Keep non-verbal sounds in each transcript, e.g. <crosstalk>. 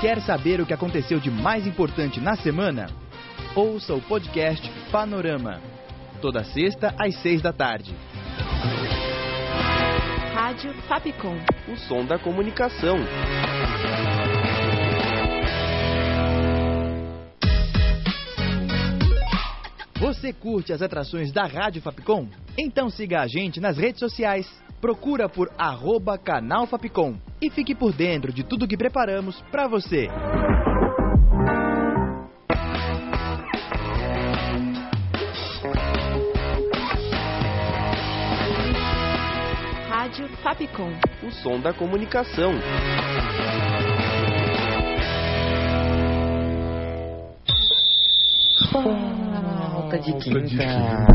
Quer saber o que aconteceu de mais importante na semana? Ouça o podcast Panorama. Toda sexta às seis da tarde. Rádio Fapcom. O som da comunicação. Você curte as atrações da Rádio Fapcom? Então siga a gente nas redes sociais. Procura por arroba canal Fapcom e fique por dentro de tudo que preparamos para você. Rádio Fapcom. O som da comunicação. Falta de Falta de quinta. quinta.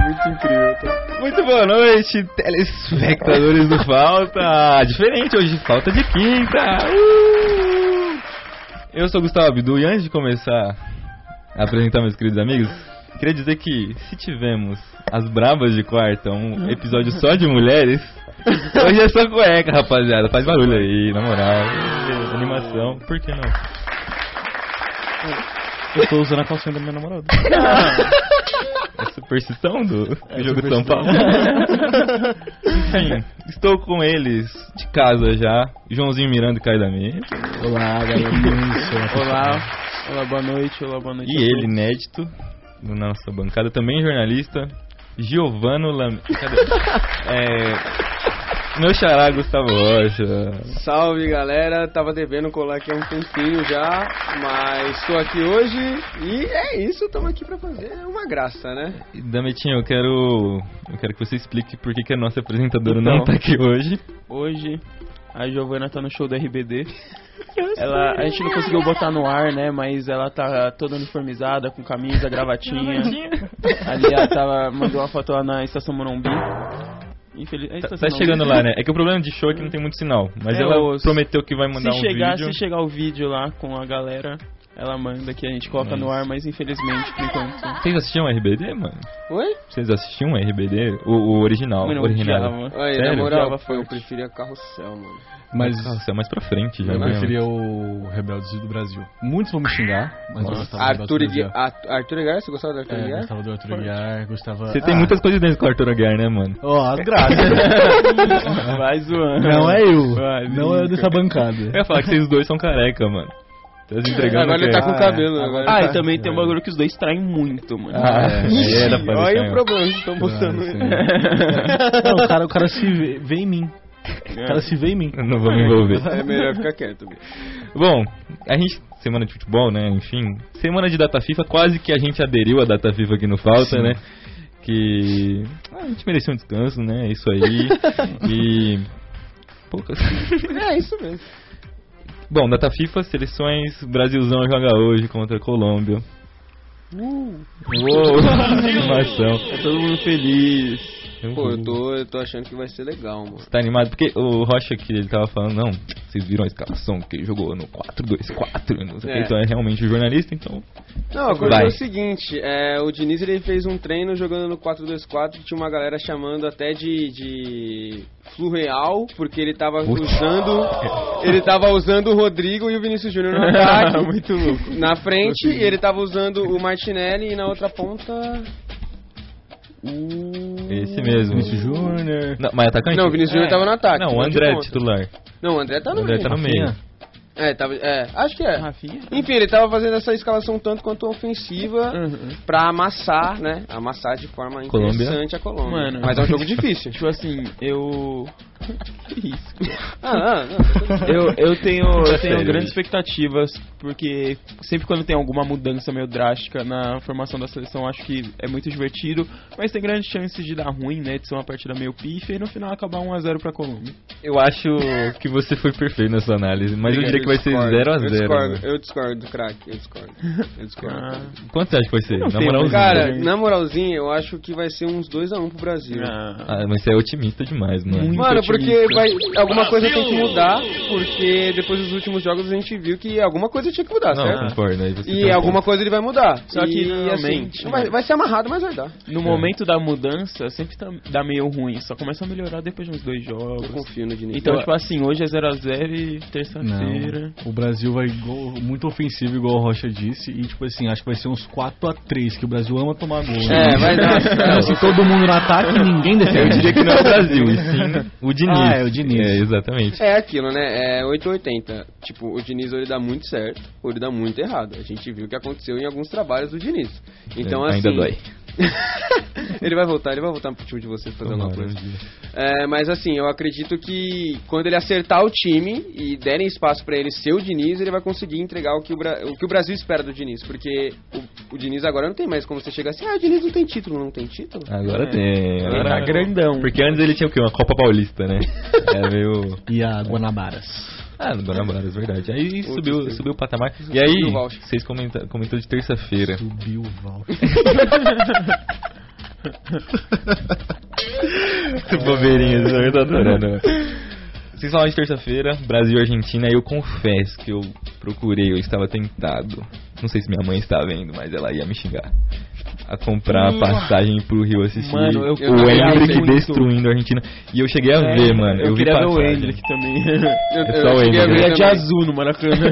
Muito incrível. Tá? Muito boa noite, telespectadores do Falta. Diferente hoje, Falta de Quinta. Uh! Eu sou o Gustavo Abdu e antes de começar a apresentar meus queridos amigos, queria dizer que se tivemos As Bravas de Quarta, um episódio só de <laughs> mulheres, hoje é só cueca, rapaziada. Faz barulho aí, na moral. Beleza, Animação, por que não? Eu tô usando a calcinha da minha namorada. É superstição do É do jogo de São Paulo. Enfim, estou com eles de casa já. Joãozinho Miranda e Caio Dami. Olá, galera. Olá, olá, boa noite, olá, boa noite. E ele, inédito, na nossa bancada, também jornalista, Giovano Lam... <laughs> Cadê? É, Meu xará Gustavo Rocha. Salve, galera. Tava devendo colar aqui há um tempinho já, mas estou aqui hoje e é isso. Estamos aqui pra fazer uma graça, né? E, Dametinho, eu quero. Eu quero que você explique por que, que a nossa apresentadora Então. não tá aqui hoje. Hoje a Giovana tá no show da RBD. Ela, a gente não conseguiu botar no ar, né? Mas ela tá toda uniformizada, com camisa, gravatinha. Ali ela tava, mandou uma foto lá na estação Morumbi. Infeliz... é Tá, estação tá Morumbi. chegando lá, né? É que o problema de show é que não tem muito sinal. Mas É, ela eu ouço. prometeu que vai mandar Se um chegar, vídeo. se chegar o vídeo lá com a galera, ela manda que a gente coloca no ar, mas infelizmente por enquanto. Vocês assistiam o RBD, mano? Oi? Vocês assistiam o RBD? O, o original, Mano, eu original. odiava. Aí, Sério? na moral, Java foi, eu forte. preferia carrossel, mano. Mas Nossa, é mais pra frente já. eu né? preferia o Rebeldes do Brasil. Muitos vão me xingar, mas eu gostava Arthur, Tá do Rebeldes do Gui... Brasil. Ar- Arthur Aguiar, você gostava do Arthur É, Aguiar? gostava do Arthur Aguiar, gostava... Você tem Ah, muitas coisas dentro do Arthur Aguiar, né, mano? Ó, as graças. <laughs> Vai zoando. não é eu. Vai, não é eu brinca. dessa Eu bancada. <laughs> ia falar que vocês dois são careca, mano. Tá se entregando Agora que ele tá com Ah, cabelo. é. Agora Ah, ele e tá... também tem um bagulho que os dois traem muito, mano. Ah, é. Aí era pra Olha deixar aí o eu- problema que estão mostrando. Não, o cara, o cara se vê, vê em mim. O cara se vê em mim. Não vou me envolver. <laughs> É melhor ficar quieto, bicho. Bom, a gente. Semana de futebol, né? Enfim. Semana de data FIFA, quase que a gente aderiu à data FIFA aqui no Falta, né? Que. ah, a gente merecia um descanso, né? <laughs> Isso aí. e. Poucas. É isso mesmo. Bom, data FIFA, seleções. Brasilzão joga hoje contra a Colômbia. Uh. Uou! Animação. É todo mundo feliz. Pô, eu tô, eu tô achando que vai ser legal, mano. Tá animado? Porque o Rocha aqui, ele tava falando, não, vocês viram a escalação que ele jogou no 4-2-4, não sei o É. que, então é realmente jornalista, então... Não, agora Vai. é o seguinte, é, o Diniz ele fez um treino jogando no 4-2-4 e tinha uma galera chamando até de, de Flu Real, porque ele tava Putz. usando. Ele tava usando o Rodrigo e o Vinícius Júnior <laughs> no ataque. <laughs> Muito louco. Na frente, e ele tava usando o Martinelli e na outra ponta. O... Esse É mesmo. Vinícius Júnior. Não, mas é atacante? Não, o Vinícius Júnior tá tava no ataque. Não, o de André é ponta. titular. Não, o André tá O no André tá no meio. Ah. É, tava, é, acho que é. Rafinha? Enfim, ele tava fazendo essa escalação tanto quanto ofensiva Uhum. pra amassar, né? Amassar de forma Colômbia? interessante a Colômbia. Mano. Mas é um jogo difícil. Tipo assim, eu. <laughs> que isso? ah, ah, não. Eu, eu <laughs> tenho, eu tenho Sério, grandes bicho. expectativas, porque sempre quando tem alguma mudança meio drástica na formação da seleção, eu acho que é muito divertido, mas tem grandes chances de dar ruim, né? De ser uma partida meio pífia e no final acabar 1x0 pra Colômbia. Eu acho que você foi perfeito nessa análise, mas eu diria que vai ser discordo, Eu 0x0. né? discordo, eu discordo, craque, eu discordo. Eu discordo. Ah, Quanto você acha que vai ser? Eu não Na sei, moralzinha. mas, Cara, na moralzinha, eu acho que vai ser uns 2x1 pro Brasil. ah, Ah, mas você é otimista demais, mano. Muito Mano, porque vai, alguma coisa tem que mudar, porque depois dos últimos jogos a gente viu que alguma coisa tinha que mudar, Não, Tá certo? concordo. Aí você tem E um alguma coisa ele vai mudar. Só que, E, realmente, assim, né? vai, vai ser amarrado, mas vai dar. No momento da mudança, sempre tá- dá meio ruim. Só começa a melhorar depois de uns dois jogos. Eu confio no Diniz. Então, Eu- tipo assim, hoje é 0x0 e terça-feira. Não, o Brasil vai gol- muito ofensivo, igual o Rocha disse, e tipo assim, acho que vai ser uns 4x3, que o Brasil ama tomar gol. É, vai <laughs> dar. Então, assim, todo mundo no ataque e ninguém ponto. Eu defende. diria que não é o Brasil, e sim o Diniz. Ah, é, o Diniz. É, exatamente. É aquilo, né? É 880. Tipo, o Diniz ou ele dá muito certo, ou ele dá muito errado. A gente viu o que aconteceu em alguns trabalhos do Diniz. Então, assim. É, Ainda dói. <laughs> ele vai voltar, ele vai voltar pro time de vocês fazer uma Tomara, coisa. um dia. É, mas assim, eu acredito que quando ele acertar o time e derem espaço pra ele ser o Diniz, ele vai conseguir entregar o que o, Bra- o que o Brasil espera do Diniz. Porque o, o Diniz agora não tem mais como você chegar assim, ah, o Diniz não tem título, não tem título. Agora É. tem. Ele tá Agora... grandão. Porque antes ele tinha o quê? Uma Copa Paulista, <laughs> né? Era meio. E a Guanabaras. Ah, no Guanabara, é verdade. Aí Outro subiu, estilo. subiu o patamar. E Subiu aí, o voucher. vocês comenta, comentou de terça-feira. Subiu o Val. É. Bobeirinhas, eu <laughs> tô adorando. né? Vocês falaram de terça-feira, Brasil e Argentina, e eu confesso que eu procurei, eu estava tentado. Não sei se minha mãe está vendo, mas ela ia me xingar. A comprar a passagem pro Rio assistir Hum. Mano, eu- o eu Hendrick muito. destruindo a Argentina. E eu cheguei a ver, mano. Eu, É, eu vi queria ver o passagem. Hendrick <laughs> também. Eu, É só o cheguei a Hendrick, Ele ver é de também. azul no Maracanã.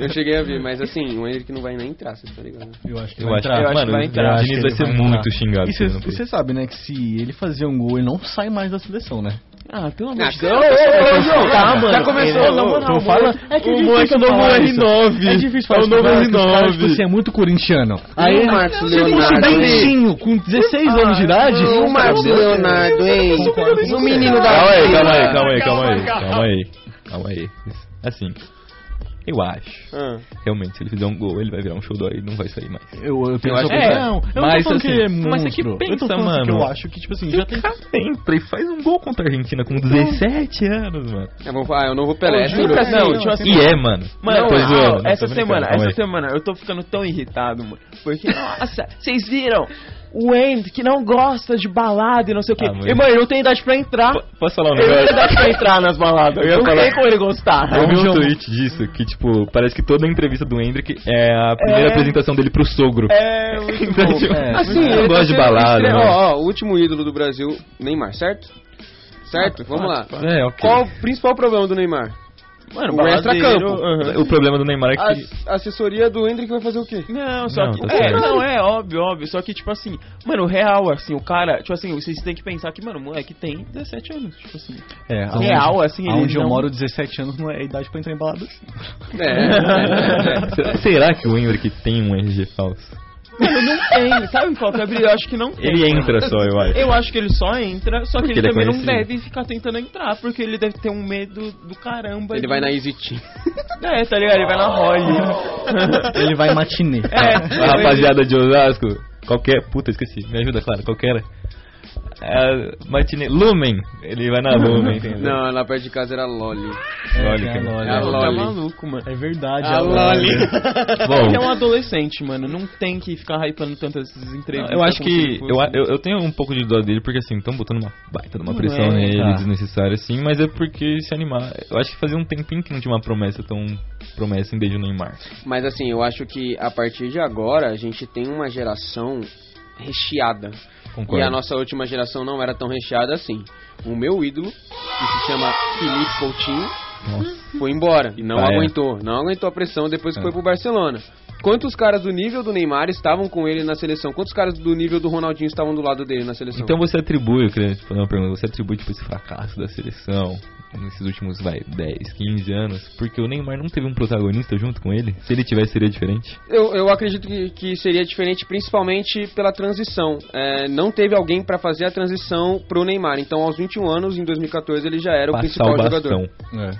Eu cheguei a ver, mas assim, o Henrique não vai nem entrar, você tá ligado? né? Eu acho que Eu vai acho, entrar. que, Eu acho mano, que vai entrar, é o acho Diniz que vai ele ser vai muito entrar. xingado. E se ele não você sabe, né, que se ele fazer um gol, ele não sai mais da seleção, né? <laughs> ah, pelo amor de Ô, ô, Deus. ô, João, Tá, mano. Já começou, na moral. Não fala. É que o moleque é o novo R9. É difícil É falar o novo isso, né? Os caras, R9. tipo assim, é muito corintiano. Aí, E o Marcos se fosse Leonardo, Dentinho, com 16 anos de idade... E o Marcos Leonardo, hein? O menino da né? Calma aí, calma aí, vila. calma aí, calma aí, calma aí. Calma aí. Assim, eu acho. Ah. Realmente, se ele fizer um gol, ele vai virar um showdown e não vai sair mais. Eu, eu tenho acho essa que é. opinião. Eu não tô Mas, falando que assim, ele é monstro. mas é que eu tô pensa, falando que mano. eu acho que, tipo assim, já tem... tá Sempre faz um gol contra a Argentina com 17 anos, mano. Eu vou falar, ah, eu não vou Pelé. juro, Nunca não, sei. tipo assim, E é, mano. Mano, Tô não, zoando, não, essa tô brincando, semana, calma essa aí. semana eu tô ficando tão irritado, mano. Porque, nossa, vocês viram? O Andy que não gosta de balada e não sei o quê. Ah, mas- e, mano, ele não tem idade pra entrar. Po- Posso falar um Ele não tem negócio? idade pra entrar nas baladas. Eu ia Não falar- tem como ele gostar. Eu vi um tweet disso que, tipo, parece que toda a entrevista do Hendrick é a primeira É. apresentação dele pro sogro. <laughs> É, muito Então, bom. tipo, É. Assim, eu ele não tá gosto de sendo balada. né? extremo- não. Ó, ó, o último ídolo do Brasil, Neymar, certo? Certo? Vamos lá. É, ok. Qual o principal problema do Neymar? Mano, o baladeiro, extra-campo. aham. O problema do Neymar é A que. a assessoria do Hendrick vai fazer o quê? Não, só Não, que. tá é, certo. não, é óbvio, óbvio. Só que, tipo assim, mano, real, assim, o cara, tipo assim, vocês têm que pensar que, mano, o moleque tem 17 anos. Tipo assim. É, aonde- Real, assim, ele Aonde eu não- moro, 17 anos não é idade pra entrar <laughs> em balada. <laughs> É. Será- <laughs> Será que o Hendrick tem um RG falso? Mano, não tem, sabe qual que é a brisa? Eu acho que não tem. Ele mano. entra só, eu acho. Eu acho que ele só entra, só que Porque ele ele, é também não conhecido. deve ficar tentando entrar, porque ele deve ter um medo do caramba. Ele de- vai na Easy Team. É, tá ligado? Ele vai na <laughs> Tá Holly. Ele vai matinê. é, A rapaziada de Osasco, qualquer. Puta, esqueci. Me ajuda, claro, qualquer. É, Martini. Lumen. Ele vai na Lumen, <laughs> É, entendeu? Não, lá perto de casa era Loli. Olha que- Loli. ele- a Ele tá Loli. maluco, mano. É verdade. A a Loli. Bom, Ele é um adolescente, mano. Não tem que ficar hypando tantas entrevistas. tipo eu acho como que. se ele Eu, fosse- eu, eu tenho um pouco de dó dele, porque assim, estão botando uma baita de uma Não pressão é, nele, tá. desnecessária, assim, mas é porque se animar. Eu acho que fazia um tempinho que não tinha uma promessa tão promessa em desde o Neymar. Mas assim, eu acho que a partir de agora a gente tem uma geração recheada. Concordo. E a nossa última geração não era tão recheada assim. O meu ídolo, que se chama Felipe Coutinho, Nossa. foi embora. E não Ah, é? aguentou. Não aguentou a pressão depois que É. foi pro Barcelona. Quantos caras do nível do Neymar estavam com ele na seleção? Quantos caras do nível do Ronaldinho estavam do lado dele na seleção? Então você atribui, eu queria te fazer uma pergunta, você atribui tipo, esse fracasso da seleção nesses últimos, vai, 10, 15 anos, porque o Neymar não teve um protagonista junto com ele? Se ele tivesse, seria diferente? Eu, eu acredito que, que seria diferente, principalmente pela transição. É, não teve alguém pra fazer a transição pro Neymar. Então, aos 21 anos, em 2014, ele já era o Passar principal o jogador. bastão. É.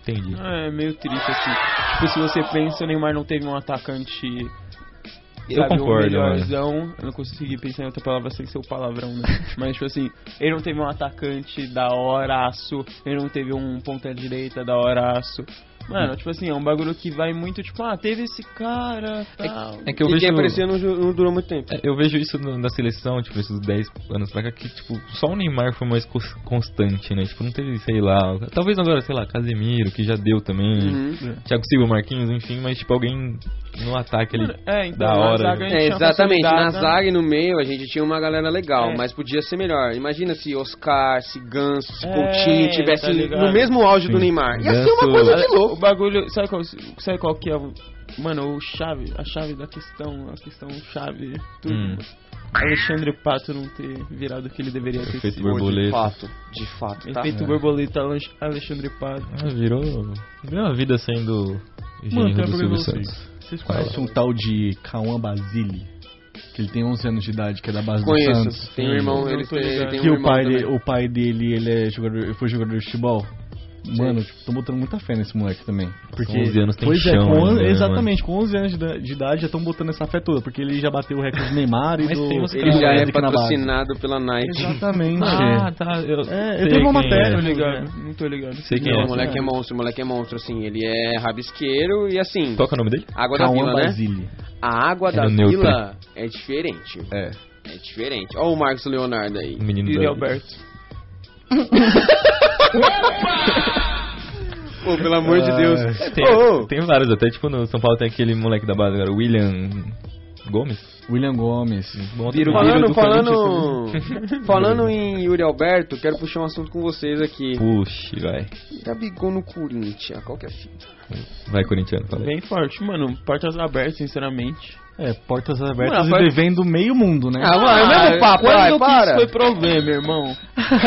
Entendi. É meio triste, assim. Tipo, se você pensa, o Neymar não teve um atacante. Eu sabe, concordo, né? O melhorzão. Eu não consegui pensar em outra palavra sem ser o palavrão, <laughs> né? Mas, tipo assim, ele não teve um atacante da horaço. Ele não teve um ponta direita da horaço. Mano, tipo assim, é um bagulho que vai muito, tipo, ah, teve esse cara, tal. É que eu e vejo. quem apareceu não, ju- não durou muito tempo. é, Eu vejo isso no- na seleção, tipo, esses 10 anos pra cá, que, tipo, só o Neymar foi mais cons- constante, né? Tipo, não teve, sei lá. Talvez agora, sei lá, Casemiro, que já deu também. Hum. Uhum. É, Thiago Silva, Marquinhos, enfim, mas, tipo, alguém no ataque ali. Mano, é, então, da na hora, zaga né? a gente É, tinha exatamente. Na facilidade, né? zaga e no meio a gente tinha uma galera legal, É. mas podia ser melhor. Imagina se Oscar, se Ganso, se É, Coutinho tá tivesse ligado. no mesmo auge do Sim. Neymar. Ia ser uma Ganso- coisa de O é louco. bagulho, sabe qual, sabe qual que é o. Mano, o chave, a chave da questão, a questão chave, tudo. Hum. Alexandre Pato não ter virado o que ele deveria ter Efeito sido. De borboleta. fato, de fato, tá? É. Efeito borboleta, Alex- Alexandre Pato. Ah, virou. Virou a vida sendo. Mano, Engenheiro tem uma do pergunta Silvio pra vocês. Santos. Vocês conhecem um tal de Cauã Basile? Que ele tem 11 anos de idade, que é da base do Santos. Conheço. Tem um Hum. irmão, Não ele tô tem, ele ligado. tem um que o irmão pai, também. dele, o pai dele, ele é jogador, foi jogador de futebol. Mano, tipo, tô botando muita fé nesse moleque também. Porque, 11 anos tem pois é, chão com ainda, on- né, exatamente, com 11 anos de da- de idade já estão botando essa fé toda, porque ele já bateu o recorde do Neymar e Mas do... tem uns Ele caras já é Hendrick na base. patrocinado pela Nike. Exatamente. Ah, tá. Eu, É, eu sei tenho uma quem matéria, é. Tô né? ligado, não tô ligado. Sei quem Não, é. o moleque é monstro, o moleque é monstro, assim. Ele é rabisqueiro e assim. Toca é o nome dele? Água da Cauã Vila, né? Basile. A água É da no neutro. Vila é diferente. É. É diferente. Olha o Marcos Leonardo aí. O menino E da- Alberto. Pô, pelo amor de Deus. É, Tem, Ô, ô. tem vários, até tipo no São Paulo tem aquele moleque da base, agora, William Gomes. William Gomes. Bom, Viro, também. falando, do falando, <laughs> falando em Yuri Alberto, quero puxar um assunto com vocês aqui. Puxa, vai. Gabigol no Corinthians, qual que é a fita? Vai, corintiano, fala aí. Bem forte, mano. Portas abertas, sinceramente. É, portas Mano, abertas e porta- devendo meio mundo, né? Ah, mano, é o mesmo papo, quando vai, que para. Tá isso foi <laughs> problema, irmão?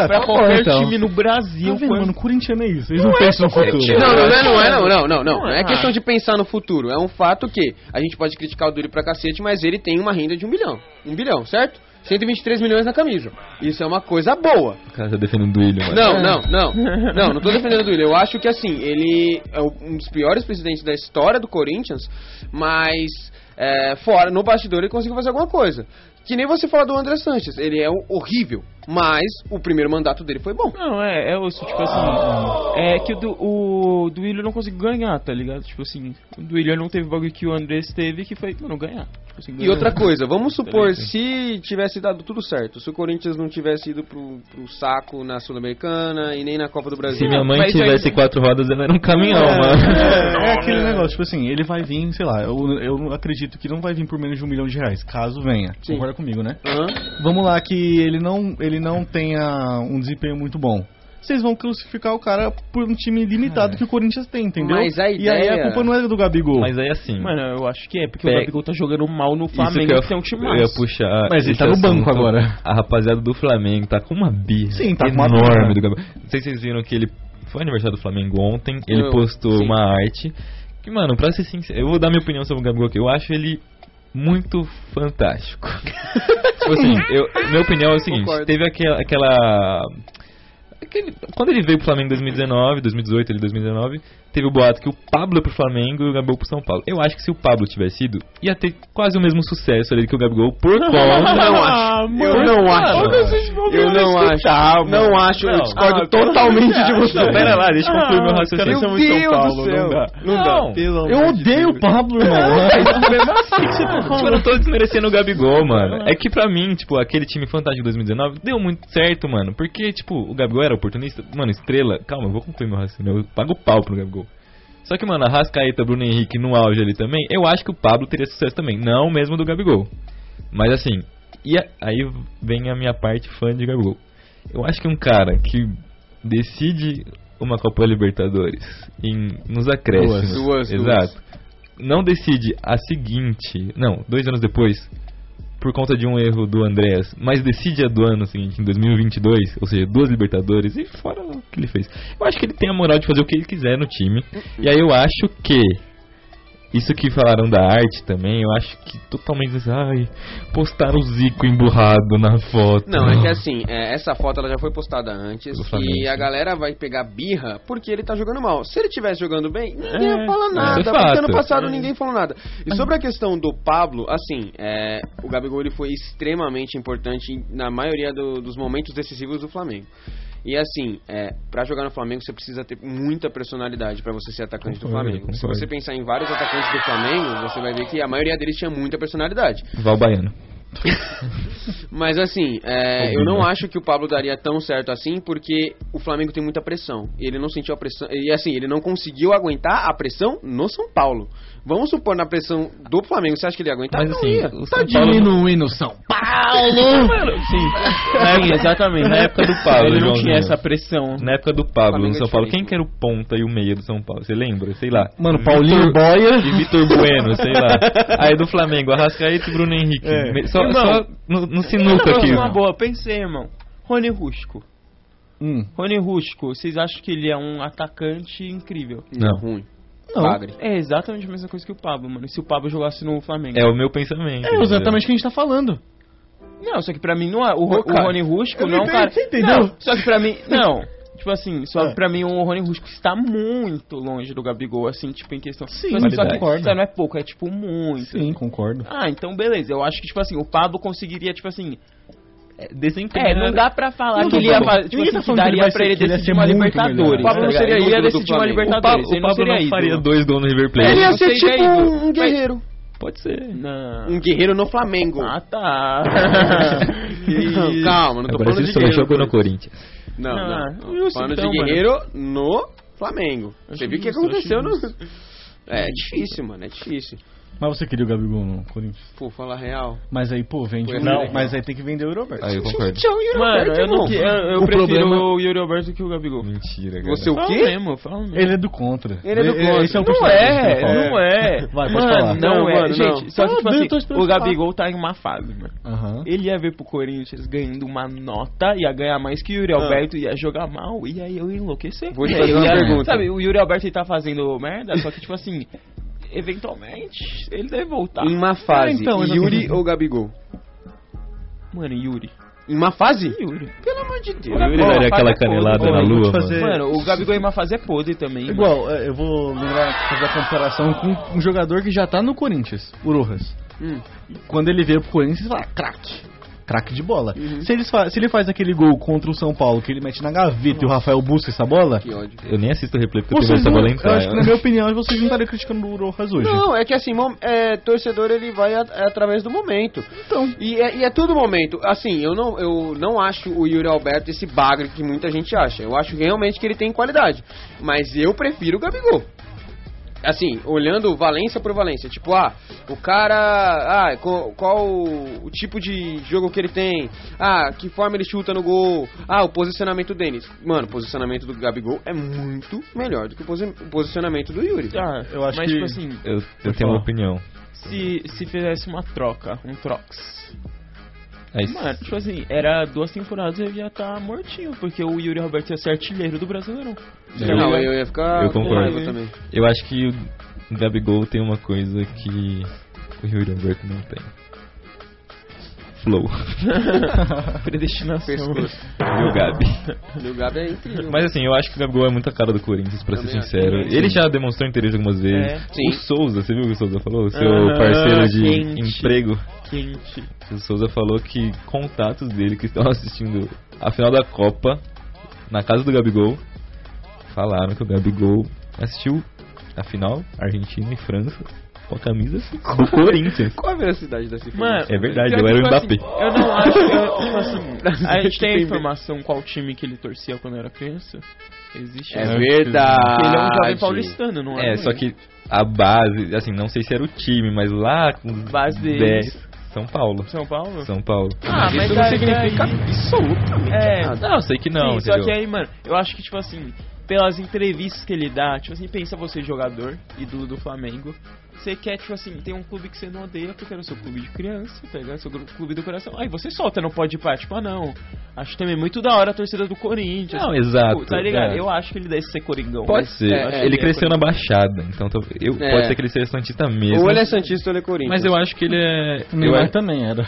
pra qualquer então. time no Tá Brasil, vendo, quando mano, corintiano é isso. Eles não, pensam no futuro. Não, não, não, é, não, é, não, não, não, não. Não é Ah. questão de pensar no futuro. É um fato que a gente pode criticar o Duri pra cacete, mas ele tem uma renda de um bilhão. Um bilhão, certo? 123 milhões na camisa. Isso é uma coisa boa. O cara tá defendendo o William. mas- Não, não, não. Não, não tô defendendo o Duílio. Eu acho que assim, ele é um dos piores presidentes da história do Corinthians, mas é, fora, no bastidor ele conseguiu fazer alguma coisa. Que nem você fala do André Sanches, ele é um horrível, mas o primeiro mandato dele foi bom. Não, é, é osso, tipo assim. É que o do, o do Willian não conseguiu ganhar, tá ligado? Tipo assim, o do Willian não teve o bagulho que o Andrés teve, que foi, mano, ganhar. Tipo assim, E ganhar. outra coisa, vamos supor se tivesse dado tudo certo, se o Corinthians não tivesse ido pro, pro saco na Sul-Americana e nem na Copa do Se Brasil. minha mãe Mas tivesse ainda- quatro rodas, ela era um caminhão, mano. É, é aquele negócio, tipo assim, ele vai vir, sei lá, eu, eu acredito que não vai vir por menos de um milhão de reais, caso venha. Concorda comigo, né? Hã? Vamos lá que ele não, ele não tenha um desempenho muito bom. Vocês vão crucificar o cara por um time limitado que o Corinthians tem, entendeu? Mas a E aí ideia- a culpa não é do Gabigol. Mas aí assim. Mano, eu acho que é, porque Pe- o Gabigol tá jogando mal no Isso Flamengo, que que, eu, tem um time eu ia puxar. Mas ele esse tá no banco assunto. agora. A rapaziada do Flamengo tá com uma birra Sim, tá com uma enorme birra. do Gabriel. Não sei se vocês viram que ele. Foi aniversário do Flamengo ontem. Ele Eu- postou sim. uma arte. Que, mano, pra ser sincero, eu vou dar minha opinião sobre o Gabigol aqui. Eu acho ele muito <laughs> fantástico. tipo assim, eu, minha opinião é o seguinte: Concordo. teve aquela. aquela aquele- quando ele veio pro Flamengo em 2019, 2018, ele 2019, teve o boato que o Pablo ia pro Flamengo e o Gabigol pro São Paulo. Eu acho que se o Pablo tivesse ido, ia ter quase o mesmo sucesso ali que o Gabigol, <laughs> por conta não acho. Ah, Eu não acho. Eu não acho. Não acho. Eu discordo totalmente de você. Não, pera lá, deixa eu concluir né? Ah, meu raciocínio. Meu Deus do céu. Não, eu odeio o Pablo, <laughs> irmão. é Tipo, eu não tô desmerecendo o Gabigol, mano. É que pra mim, tipo, aquele time fantástico de 2019 deu muito certo, mano. Porque, tipo, o Gabigol era oportunista. Mano, estrela. Calma, eu vou concluir meu raciocínio. Eu pago o pau pro Gabigol. Só que, mano, a Rascaeta, Bruno Henrique no auge ali também, eu acho que o Pablo teria sucesso também. Não mesmo do Gabigol. Mas assim, e a- aí vem a minha parte fã de Gabigol. Eu acho que um cara que decide uma Copa Libertadores em, nos acréscimos. Duas, duas. Exato. Não decide a seguinte. Não, dois anos depois. Por conta de um erro do Andréas, mas decide a do ano seguinte, em 2022, ou seja, duas Libertadores, e fora o que ele fez. Eu acho que ele tem a moral de fazer o que ele quiser no time. E aí eu acho que Isso que falaram da arte também, eu acho que totalmente. assim, Ai, postaram o Zico emburrado na foto. Não, é que assim, é, essa foto ela já foi postada antes Do Flamengo, e a sim. galera vai pegar birra porque ele tá jogando mal. Se ele tivesse jogando bem, ninguém ia falar isso nada. é fato. É. porque ano passado ninguém falou nada. E sobre a questão do Pablo, assim, é, o Gabigol ele foi extremamente importante na maioria do- dos momentos decisivos do Flamengo. E assim, é, para jogar no Flamengo você precisa ter muita personalidade pra você ser atacante do Concordo, Flamengo. Se concordo. você pensar em vários atacantes do Flamengo, você vai ver que a maioria deles tinha muita personalidade. Val Baiano. Mas assim, é, Ouvi, eu não né? acho que o Pablo daria tão certo assim, porque o Flamengo tem muita pressão. E ele não sentiu a pressão. E assim, ele não conseguiu aguentar a pressão no São Paulo. Vamos supor, na pressão do Flamengo, você acha que ele ia aguentar? Mas não assim, ia. tá o São Tadinho. Paulo- Diminuindo São Paulo! Sim, exatamente. Na época do Pablo, Ele não Joãozinho. tinha essa pressão. Na época do Pablo, Flamengo no é São Paulo, quem diferente. que era o ponta e o meia do São Paulo? Você lembra? Sei lá. Mano, Paulinho Boia. E Vitor Bueno, sei <laughs> lá. Aí do Flamengo, Arrascaeta e Bruno Henrique. É. Me- Só, Irmão. só no, no sinuca Não, aqui. Uma boa, pensei, irmão. Rony Rusco. Hum, Rony Rusco, vocês acham que ele é um atacante incrível? Não. Ruim. Não. Bagre. É exatamente a mesma coisa que o Pablo, mano. Se o Pablo jogasse no Flamengo. É o meu pensamento. É exatamente o que a gente tá falando. Não, só que pra mim não é. O, Ro- Ô, cara, o Rony Rusco eu não é um entendi, cara. você entendeu? Não, só que <laughs> pra mim. Não. Tipo assim, só É. que pra mim o Rony Rusco está muito longe do Gabigol, assim, tipo, em questão. Sim, Tipo assim, só que, concordo. sabe, não é pouco, é tipo muito. Sim, concordo. Ah, então beleza. Eu acho que, tipo assim, o Pablo conseguiria, tipo assim. Desempenhar. É, não dá pra falar Não, que não, ele ia. não. fa- Tipo Ninguém assim, tá que falando que ele daria vai pra ser- ele que ele ia decidir ser uma muito Libertadores. O melhor. tá O Pablo Pablo não seria seria ídolo ia é do decidir uma Flamengo. O O Libertadores. Pablo, o Ele não Pablo seria não faria ídolo. dois do River Plate. Ele ia ser seria tipo ídolo. um guerreiro. Pode ser. Não. Um guerreiro no Flamengo. <laughs> Ah, tá. <laughs> Não, Calma, não tô Agora falando ele de só jogou guerreiro. jogou no por isso. Corinthians. Não, Ah, não. não. justo Falando então, de mano. guerreiro no Flamengo. Você Acho viu o que justo, acho aconteceu no. <laughs> É difícil, mano, é difícil. Mas você queria o Gabigol no Corinthians? Pô, fala real. Mas aí, pô, vende. Pois o- não. Mas aí tem que vender o Roberto. Aí eu concordo. Mano, eu não. que- Eu, eu O prefiro problema- o Yuri Alberto que o Gabigol. Mentira, cara. Você é o Falo quê? mesmo, falo mesmo. Ele é do contra. Ele é do contra. Esse é o não personagem que eu é, falo. não é. Vai, pode mano, falar. Não, Não, é. mano, gente, não. só que, tipo Tá, assim, eu tô esperando o falar. Gabigol tá em uma fase, mano. Aham. Ele ia ver pro Corinthians ganhando uma nota, ia ganhar mais que o Yuri Alberto, ia jogar mal, e aí eu ia enlouquecer. Vou te E aí fazer eu uma ia- pergunta. Sabe, o Yuri Alberto ele tá fazendo merda, só que tipo assim, eventualmente ele deve voltar. Em uma fase, Ah, então, eu não- Yuri ou Gabigol? Mano, Yuri. Em uma fase? Yuri. Pelo amor de Deus. O Yuri daria aquela canelada Ô, na eu vou te lua, fazer- mano. Mano, o Gabigol em uma fase é podre também. mano. Igual, é, eu vou lembrar, fazer a comparação com um jogador que já tá no Corinthians, o Rojas. Hum. Quando ele veio pro Corinthians, ele fala, "Ah, craque. Craque de bola. Se, ele fa- se ele faz aquele gol contra o São Paulo, que ele mete na gaveta e o Rafael busca essa bola, Que ódio. Eu nem assisto o replay porque eu tenho medo vocês dessa não, é bola eu entrar. acho que, na minha opinião, vocês não estariam criticando o Rojas hoje. Não, é que assim, mom- é, torcedor ele vai at- é através do momento. Então. E é, e é tudo momento. Assim, eu não, eu não acho o Yuri Alberto esse bagre que muita gente acha. Eu acho que realmente que ele tem qualidade. Mas eu prefiro o Gabigol. Assim, olhando Valência por Valência, tipo, ah, o cara, ah, co- qual, o tipo de jogo que ele tem, ah, que forma ele chuta no gol, ah, o posicionamento dele. Mano, o posicionamento do Gabigol é muito melhor do que o posi- o posicionamento do Yuri. Ah, Eu acho mas que- tipo assim, Eu, eu tenho uma opinião. se, se fizesse uma troca, um trox. Aí, Mano, tipo assim, era duas temporadas e eu ia estar mortinho, porque o Yuri Roberto ia ser artilheiro do Brasileirão. eu- não, é- eu ia ficar eu com concordo. raiva também. Eu acho que o Gabigol tem uma coisa que o Yuri Alberto não tem. Flow. <laughs> Predestinação. Meu Gabi. E O Gabi é incrível. Mas assim, eu acho que o Gabigol é muita cara do Corinthians, pra ser Também acho. sincero. Ele já demonstrou interesse algumas vezes. É. Sim. O Souza, você viu o que o Souza falou? O Seu Ah, parceiro de quente. emprego. Quente. O Souza falou que contatos dele que estão assistindo a final da Copa na casa do Gabigol falaram que o Gabigol assistiu a final Argentina e França com a camisa assim, <laughs> do Corinthians. Qual a veracidade dessa Mano, informação? É verdade, pior eu que, era o tipo Mbappé. assim, eu não acho. Eu, tipo assim, a gente tem a informação qual time que ele torcia quando era criança? Existe. é né? verdade. Porque ele é um jovem paulistano, não é? É, só que a base, assim, não sei se era o time, mas lá com os Base deles. 10, São Paulo. São Paulo? São Paulo. Ah, Ah, mas Isso não aí- significa aí- absolutamente É, nada. Não, sei que não, Sim, só que é- entendeu? aí, mano, eu acho que, tipo assim, pelas entrevistas que ele dá, tipo assim, pensa você jogador, ídolo do Flamengo, Você quer, tipo assim, tem um clube que você não odeia porque era o seu clube de criança, tá ligado? Seu gru- clube do coração. Aí você solta, não pode ir pra, tipo, ah não. Acho também muito da hora a torcida do Corinthians. Não, exato. Tipo, tá ligado? é. Eu acho que ele deve ser coringão. Pode mas ser. eu acho que ele é cresceu na Baixada, então talvez- eu, É. pode ser que ele seja santista mesmo. Ou ele é Santista ou ele é Corinthians. Mas eu acho que ele é. O Eu, Neymar a- também era.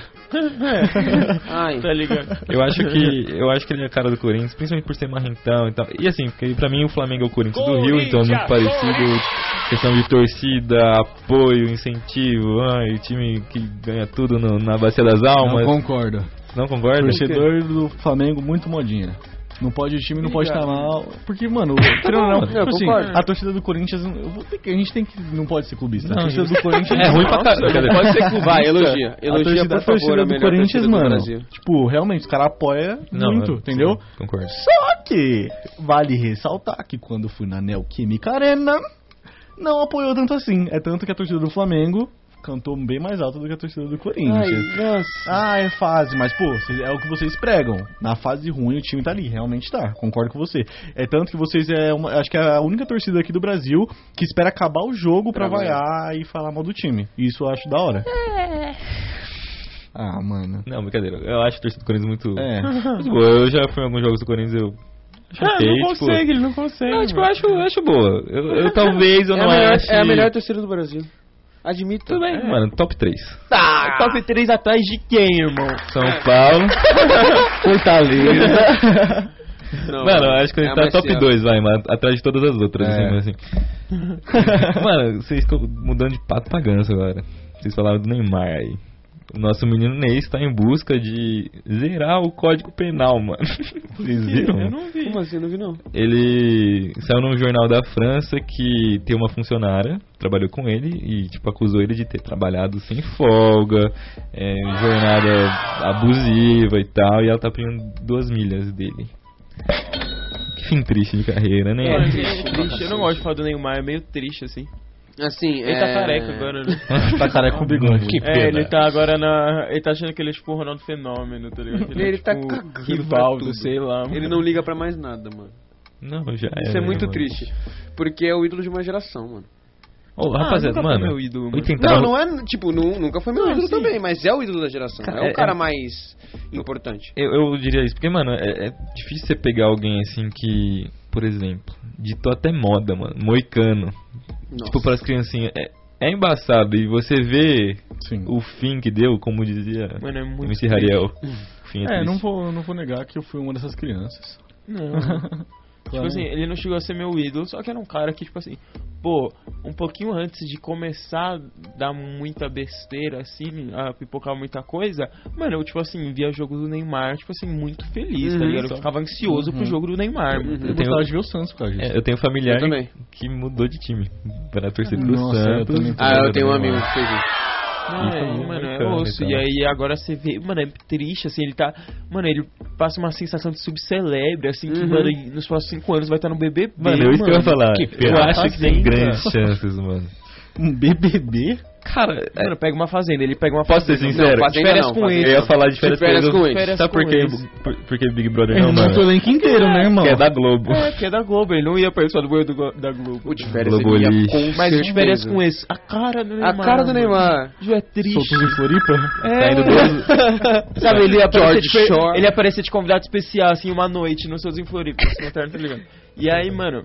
Ai, Tá ligado? eu acho que. Eu acho que ele é a cara do Corinthians, principalmente por ser marrentão e tal. E assim, porque pra mim o Flamengo é o Corinthians do Rio, então é muito parecido. Questão de torcida, apoio, incentivo, ai, o time que ganha tudo no- na bacia das almas. Não, concordo. concorda? Torcedor do Flamengo muito modinha. Não pode, o time não pode estar mal. Porque, mano, querendo ou não, tipo eu assim, concordo. a torcida do Corinthians. eu vou ter que- a gente tem que. Não pode ser clubista. Não, a torcida do Corinthians. É ruim pra caralho. Quer dizer, Pode ser que vai, elogia. a Elogia, torcida, por a torcida favor, a do melhor Corinthians, torcida do mano. Brasil. Tipo, realmente, os caras apoiam Não, muito, eu- entendeu? sim, concordo. Só que vale ressaltar que quando fui na Neoquímica Arena, não apoiou tanto assim. É tanto que a torcida do Flamengo cantou bem mais alto do que a torcida do Corinthians. Ah, é fase, mas pô, cê- é o que vocês pregam. Na fase ruim o time tá ali, realmente tá. Concordo com você. É tanto que vocês é uma, acho que é a única torcida aqui do Brasil que espera acabar o jogo pra Pra vaiar. vaiar e falar mal do time. Isso eu acho da hora. Ah, mano. Não, brincadeira. Eu acho a torcida do Corinthians muito. É. muito boa. Eu já fui em alguns jogos do Corinthians eu. Ah, Choquei, não tipo- consegue, ele não consegue. Não, tipo, eu mano. acho, eu acho boa. Eu, eu talvez eu É a, não melhor, ache. é a melhor torcida do Brasil. Admito. Tudo É, Mano, top 3. Tá, top 3 atrás de quem, irmão? São Paulo. Fortaleza. Não, Mano, eu acho que a gente é tá mais top cedo. 2, vai, mano. Atrás de todas as outras, É. assim, assim. mano, vocês estão mudando de pato pra ganso agora. Vocês falaram do Neymar aí. O nosso menino Ney está em busca de zerar o código penal, mano. Vocês viram? Eu não vi. Como assim? Não vi, não. ele saiu num jornal da França que tem uma funcionária, trabalhou com ele e tipo acusou ele de ter trabalhado sem folga, é, jornada abusiva e tal, e ela tá pedindo duas milhas dele. Que fim triste de carreira, né? Mano, <laughs> é triste. Eu não gosto de falar do Neymar, é meio triste, assim. Assim, Ele é... tá careca agora, né? tá careca com bigode. Que É, ele tá agora na. Ele tá achando que ele é tipo o Ronaldo Fenômeno, tá ligado? Ele é, tá tipo, cagando Rivaldo, pra tudo. sei lá. mano. Ele não liga pra mais nada, mano. Não, já Isso é era, muito mano. triste. Porque é o ídolo de uma geração, mano. Ô, Ah, rapaziada, nunca foi mano. meu ídolo, mano. 80 Não, anos- não é, tipo, nu- nunca foi meu Não, ídolo sim. também, mas é o ídolo da geração. Cara, é é- o cara mais importante. Eu, eu diria isso, porque, mano, é, é difícil você pegar alguém assim que, por exemplo, ditou até moda, mano, moicano. Nossa. Tipo, pras criancinhas. É, é embaçado. E você vê Sim. o fim que deu, como dizia Mano, é muito. MC Rariel. O fim É, triste. não vou, não vou negar que eu fui uma dessas crianças. <laughs> Não. tipo assim, ele não chegou a ser meu ídolo, só que era um cara que, tipo assim, pô, um pouquinho antes de começar a dar muita besteira, assim, a pipocar muita coisa, mano, eu, tipo assim, via jogo do Neymar, tipo assim, muito feliz, tá Uhum. ligado? Eu ficava ansioso pro jogo do Neymar, mano. Eu tenho- gostava de ver o Santos por causa disso. É, eu tenho um familiar Eu também. que mudou de time pra torcida do Nossa, eu Santos. também. Ah, eu tenho um amigo que fez isso. Não, Isso é, é muito mano, é bacana, osso. então. E aí agora você vê, mano, é triste, assim, ele tá. Mano, ele passa uma sensação de subcelebre, assim, que, Uhum. mano, em- nos próximos cinco anos vai estar no BBB. Mano, eu isso que eu ia falar. Que eu pena. acho que tem Fazenda. grandes chances, mano. Um BBB? Cara, é- Mano, pega uma fazenda, ele pega uma posso ser fazenda. sincero? Não, fazenda Férias não, com fazenda ex. Eu ia não. falar de férias, De férias com ex. Sabe por que, Férias por, por que Big Brother não, Ele matou o mano? elenco inteiro, né, irmão? Que é da Globo. <laughs> É, porque é da Globo, ele não ia participar do banho do Glo- da Globo. O de férias ele ia Globolixo. com Mas o de férias certeza. com esse. A cara do Neymar. A cara do mano. Neymar. Ju é triste. Soltos em Floripa? Tá indo duas- Sabe, ele ia aparecer, George de, fe- Shore. ele ia aparecer de convidado especial, assim, uma noite, nos seus em Floripa, se não tá tá ligado? E aí, mano,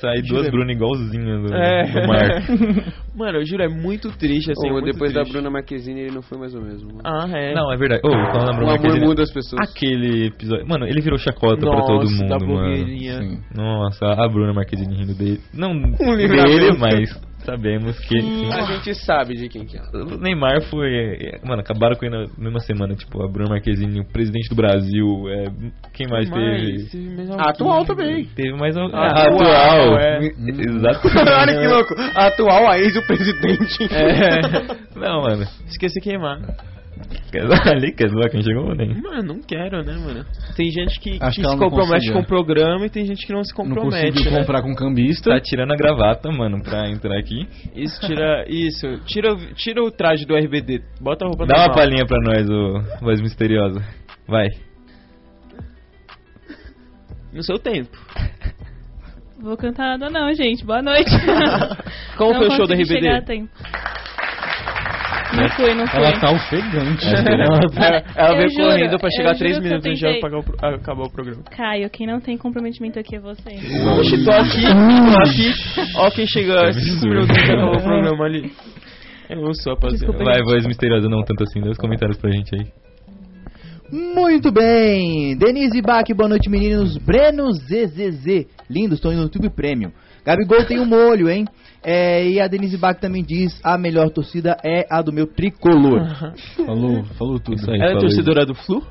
Sai duas Bruna igualzinhas né? do, É. do Marco. <laughs> Mano, eu juro, é muito triste, assim. Ou é muito depois da triste. Bruna Marquezine ele não foi mais o mesmo. mano. Ah, <laughs> é. Não, é verdade. Ô, falando na o Bruna amor Marquezine, muda as pessoas. aquele episódio. Mano, ele virou chacota pra Nossa, todo mundo, da mano. blogueirinha. Nossa, a Bruna Marquezine rindo dele. Não dele, livramento. mas sabemos que. enfim. A gente sabe de quem que é. O Neymar foi. é, Mano, acabaram com ele na mesma semana. Tipo, a Bruna Marquezine, o presidente do Brasil. é, quem mais teve? A atual também. Teve mais um. Ah, Ah, atual, atual! é. Exatamente. Olha que louco. A atual a <laughs> ex-presidente. É. Não, mano. Esqueci é, queimar. Quer zoar ali? Quer zoar quem chegou, nem? Mano, não quero, né, mano? Tem gente que, Acho que que ela não se compromete conseguiu. com o programa e tem gente que não se Não compromete, conseguiu né? comprar com cambista. Tá tirando a gravata, mano, pra entrar aqui. Isso, tira... Isso. Tira, o- tira o traje do RBD. Bota a roupa Dá uma normal. palhinha pra nós, ô voz misteriosa. Vai. No seu tempo. Vou cantar nada não, gente. Boa noite. Como não foi o show da consegui RBD? chegar a tempo. Não fui, não fui. Ela tá ofegante. É. né? Ela, ela Eu veio juro, correndo pra chegar eu três juro que eu minutos e já tentei. apagar o pro- acabar o programa. Caio, quem não tem comprometimento aqui é você. Oxe, tô aqui, tô aqui. Ó quem chega, absurdo. cinco minutos e já acabou o programa ali. Eu sou, rapaziada. Desculpa, Vai, voz misteriosa, não tanto assim. Dá os comentários pra gente <laughs> aí. Muito bem! Denise Bach, boa noite, meninos. Breno ZZZ. Lindo, estou no YouTube Premium. Gabigol tem um molho, hein? É, e a Denise Bach também diz: a melhor torcida é a do meu tricolor. Uhum. Falou, falou tudo. Isso aí, Ela é fala aí. torcedora do Flu?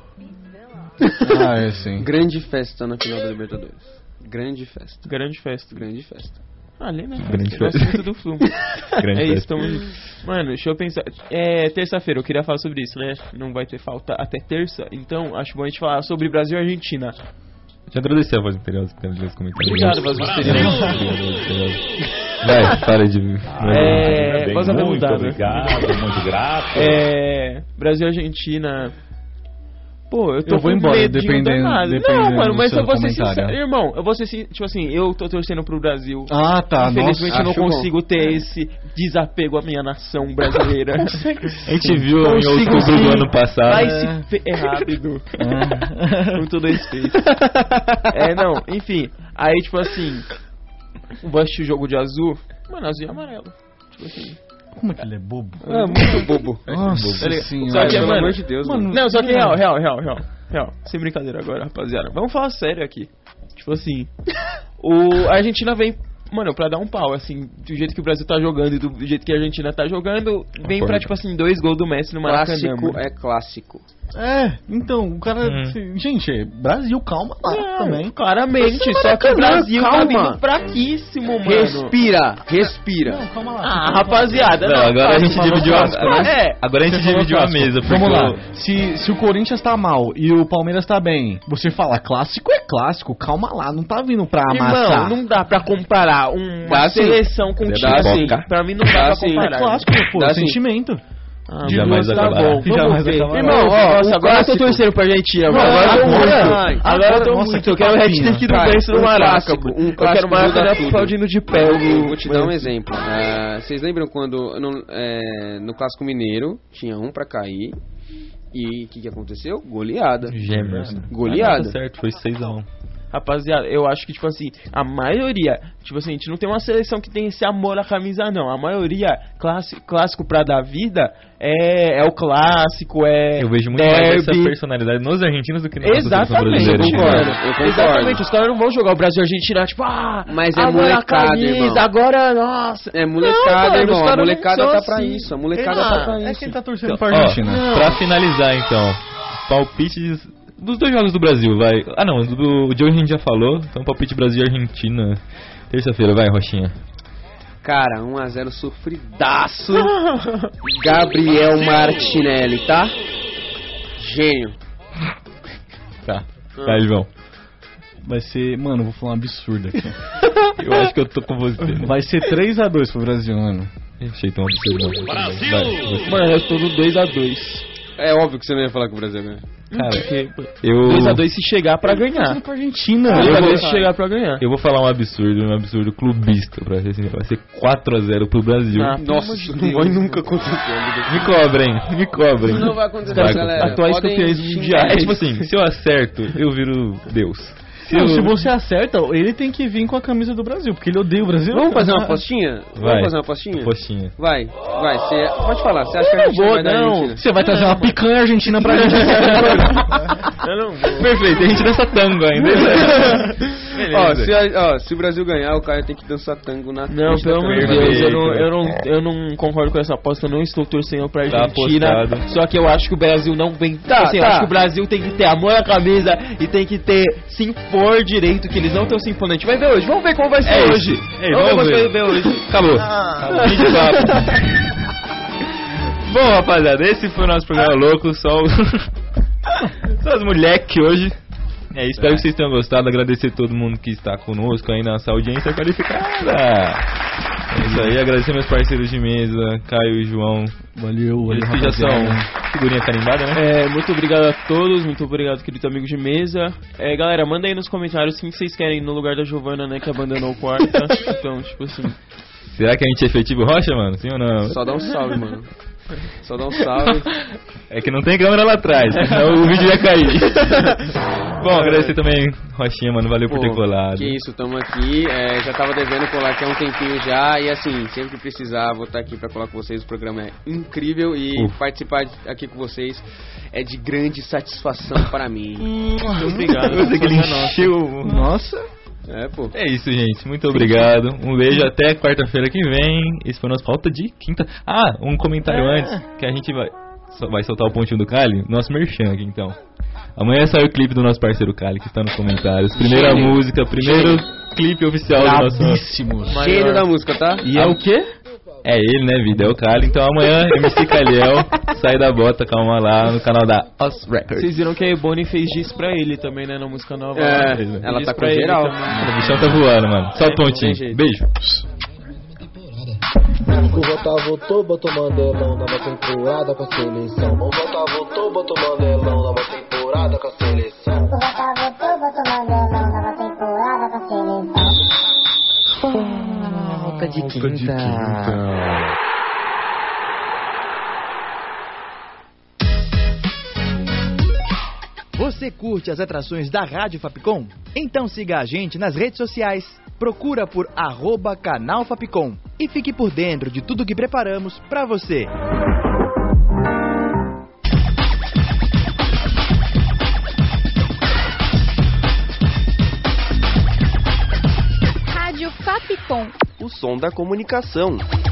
Ah, é <laughs> sim. Grande festa na final da Libertadores. Grande festa. Grande festa. Grande festa. Ali, né? Grande Eu gosto festa. muito do Flu. <laughs> Grande é isso, festa. tamo junto. Mano, deixa eu pensar. É, terça-feira, eu queria falar sobre isso, né? Não vai ter falta até terça. Então, acho bom a gente falar sobre Brasil e Argentina. Deixa eu agradecer a voz misteriosa por ter lido os comentários. Obrigado, voz misteriosa. Vai, para de. É, Bem, voz muito aveludada. obrigado, muito grato. É. Brasil e Argentina. Pô, eu tô Eu vou com embora, medinho dependendo- danado. dependendo Não, mano, mas do seu eu vou ser comentário. sincero. Irmão, eu vou ser sin- Tipo assim, eu tô torcendo pro Brasil. Ah, tá. Infelizmente nossa. eu não acho bom. consigo ter esse desapego à minha nação brasileira. A gente viu em outubro do ano passado. né? Vai se é ferrar, Bidu. É Com todo respeito. É, não, enfim. Aí, tipo assim, vou assistir o jogo de azul. Mano, azul e amarelo. Tipo assim. Como é que ele é bobo? É muito bobo. Nossa ligado? senhora. Só Ai, que, é, pelo mano, amor de Deus, mano. né? Não, só que é real, real, real, real. Real. Sem brincadeira agora, rapaziada. Vamos falar sério aqui. <laughs> Tipo assim, o a Argentina vem, mano, pra dar um pau, assim, do jeito que o Brasil tá jogando e do jeito que a Argentina tá jogando, vem pra, tipo assim, dois gols do Messi no Maracanã. Clássico mano. é clássico. É, então, o cara. Hum. se- Gente, é Brasil, calma lá Não, também. Claramente, só que o Brasil tá vindo fraquíssimo, mano. Respira, respira. Não, calma lá. Ah, rapaziada, Não, agora a gente Mas dividiu a vamos pro agora- clássico, né? Agora a gente Você falou dividiu a clássico. mesa. Vamos porque lá. Se, se o Corinthians tá mal e o Palmeiras tá bem, você fala clássico é clássico, calma lá, não tá vindo pra amassar. Irmão, não dá pra comparar uma tá Dá sim. seleção com um Dá time assim. boca. Pra mim não dá, Dá pra sim. comparar. É clássico, pô, Dá sim. sentimento. Ah, De assim. Jamais duas acabará. Tá bom. Vamos Jamais ver. acabará. Irmão, ó, Nossa, agora eu tô clássico. torcendo pra Argentina. Não, mano. é agora, eu tô agora. muito. Ai, Agora eu tô nossa, muito. é que Eu quero o papinha. hat-trick do Cara, preço do um Maraca. clássico, um eu quero o clássico muda Maraca tudo. aplaudindo de pé. o- Vou te dar um exemplo. Ah, Vocês lembram quando no, é, no Clássico Mineiro tinha um pra cair e o que, que aconteceu? Goleada. Gêmeos. Goleada. Tá certo, foi 6x1. Rapaziada, eu acho que, tipo assim, a maioria. Tipo assim, a gente não tem uma seleção que tem esse amor à camisa, não. A maioria, clássico, clássico pra dar vida, é, é o clássico, é. Eu vejo muito mais essa personalidade nos argentinos do que na nossa seleção Exatamente, brasileira. eu concordo. entendeu? Eu concordo. Exatamente, os caras não vão jogar o Brasil e a Argentina, tipo, ah, Mas é agora a molecada, camisa, irmão. agora, nossa. É Não, molecada, mano, os irmão. caras A não molecada são tá pra assim. isso. A molecada Ah, tá pra É isso. quem tá torcendo Ó, pra Argentina. né? pra finalizar então, palpite dos dois jogos do Brasil, vai. Ah não, do, de hoje a gente já falou, então palpite Brasil e Argentina. Terça-feira, vai, Roxinha. Cara, 1x0 <laughs> sofridaço. Gabriel Martinelli, tá? Gênio. Tá. Tá, Livão. Vai ser, mano, eu vou falar um absurdo aqui. Eu acho que eu tô com você. Né? Vai ser 3x2 pro Brasil, mano. Achei tão absurdo. não. Brasil! Vai, você. Mano, eu tô no 2x2. É óbvio que você não ia falar com o Brasil, né? Cara, Porque eu. 2x2 se chegar pra ganhar. Torcendo pra Argentina. Eu vou- 2x2 se chegar pra ganhar. Eu vou falar um absurdo, um absurdo clubista pra ser sincero. Vai ser 4x0 pro Brasil. Ah, Nossa, isso não vai nunca acontecer. Me cobrem, me cobrem. Não vai acontecer, Vai acontecer. é, galera. Atuais Podem campeões xingar. mundiais. É tipo assim, se eu acerto, eu viro Deus. Se Não, eu... se você acerta, ele tem que vir com a camisa do Brasil, porque ele odeia o Brasil. Vamos fazer uma apostinha? Vai. Vamos fazer uma apostinha? Postinha. Vai, vai. Cê, pode falar. Ah, Você acha que a não gente vou, vai dar a não. Argentina? Você vai trazer uma picanha argentina pra gente. Eu não vou. Perfeito, a gente dança tango ainda. <laughs> Ó, se, a- ó, se o Brasil ganhar, o cara tem que dançar tango na <laughs> é. Não, frente da pelo amor de câmera. Deus, eu não, eu, não, eu não concordo com essa aposta, eu não estou torcendo pra Tá Argentina. apostado. só que eu acho que o Brasil não vem. Tá, assim, eu tá. acho que o Brasil tem que ter amor à camisa e tem que ter se impor direito, que eles não estão se impondo. A gente vai ver hoje, vamos ver como vai ser É isso. hoje. Ei, vamos, vamos ver ver. como vai ver hoje. Ah. Acabou. Fim de papo. <laughs> Bom, rapaziada, esse foi o nosso programa louco. Só, o... <laughs> só os moleque hoje. É, isso, espero que vocês tenham gostado. Agradecer todo mundo que está conosco aí nessa audiência qualificada. É isso aí, agradecer meus parceiros de mesa, Caio e João. Valeu, valeu. Eles que já são figurinha carimbada, né? É, muito obrigado a todos, muito obrigado, querido amigo de mesa. É, galera, manda aí nos comentários quem que vocês querem no lugar da Giovana, né, que abandonou o quarto. então, tipo assim, Será que a gente é efetivo rocha, mano? Sim ou não? Só dá um salve, mano. Só dá um <laughs> salve. É que não tem câmera <laughs> lá atrás, senão o vídeo ia cair. Bom, agradecer também, Rochinha, mano. Valeu por ter colado. Que isso, tamo aqui. É, já tava devendo colar aqui há um tempinho já. E assim, sempre que precisar, vou estar aqui pra colar com vocês. O programa é incrível e Ufa. participar de- aqui com vocês é de grande satisfação para <laughs> mim. Muito obrigado. Eu sei que ele Prazer é nosso. encheu. Nossa. É, pô. É isso, gente. Muito obrigado. Um beijo até quarta-feira que vem. Esse foi o nosso pauta de quinta. Ah, um comentário É. antes que a gente vai só- vai soltar o pontinho do Cali, nosso merchan aqui então. Amanhã sai o clipe do nosso parceiro Cali, que está nos comentários. Primeira Gênio. música, primeiro clipe oficial do nosso. Brabíssimo. Gênio da música, tá? E é o quê? É ele, né, vida? É o Cali. Então amanhã, MC Caliel, sai da bota, calma lá, no canal da Us Records. Vocês viram que a Ebony fez disso pra ele também, né? Na música nova. É, Beleza. ela Diz tá pra com ele geral. também. O bichão tá voando, mano. Só o pontinho. jeito. Beijo. O votar votou, botou Mandelão numa temporada com a seleção. O votar votou, botou Mandelão numa temporada com a seleção. Eu botava tudo tomando não nova temporada pra seleção. Você curte as atrações da Rádio Fapcom? Então siga a gente nas redes sociais, procura por arroba canal Fapcom e fique por dentro de tudo que preparamos pra você. Rádio Fapcom. O som da comunicação.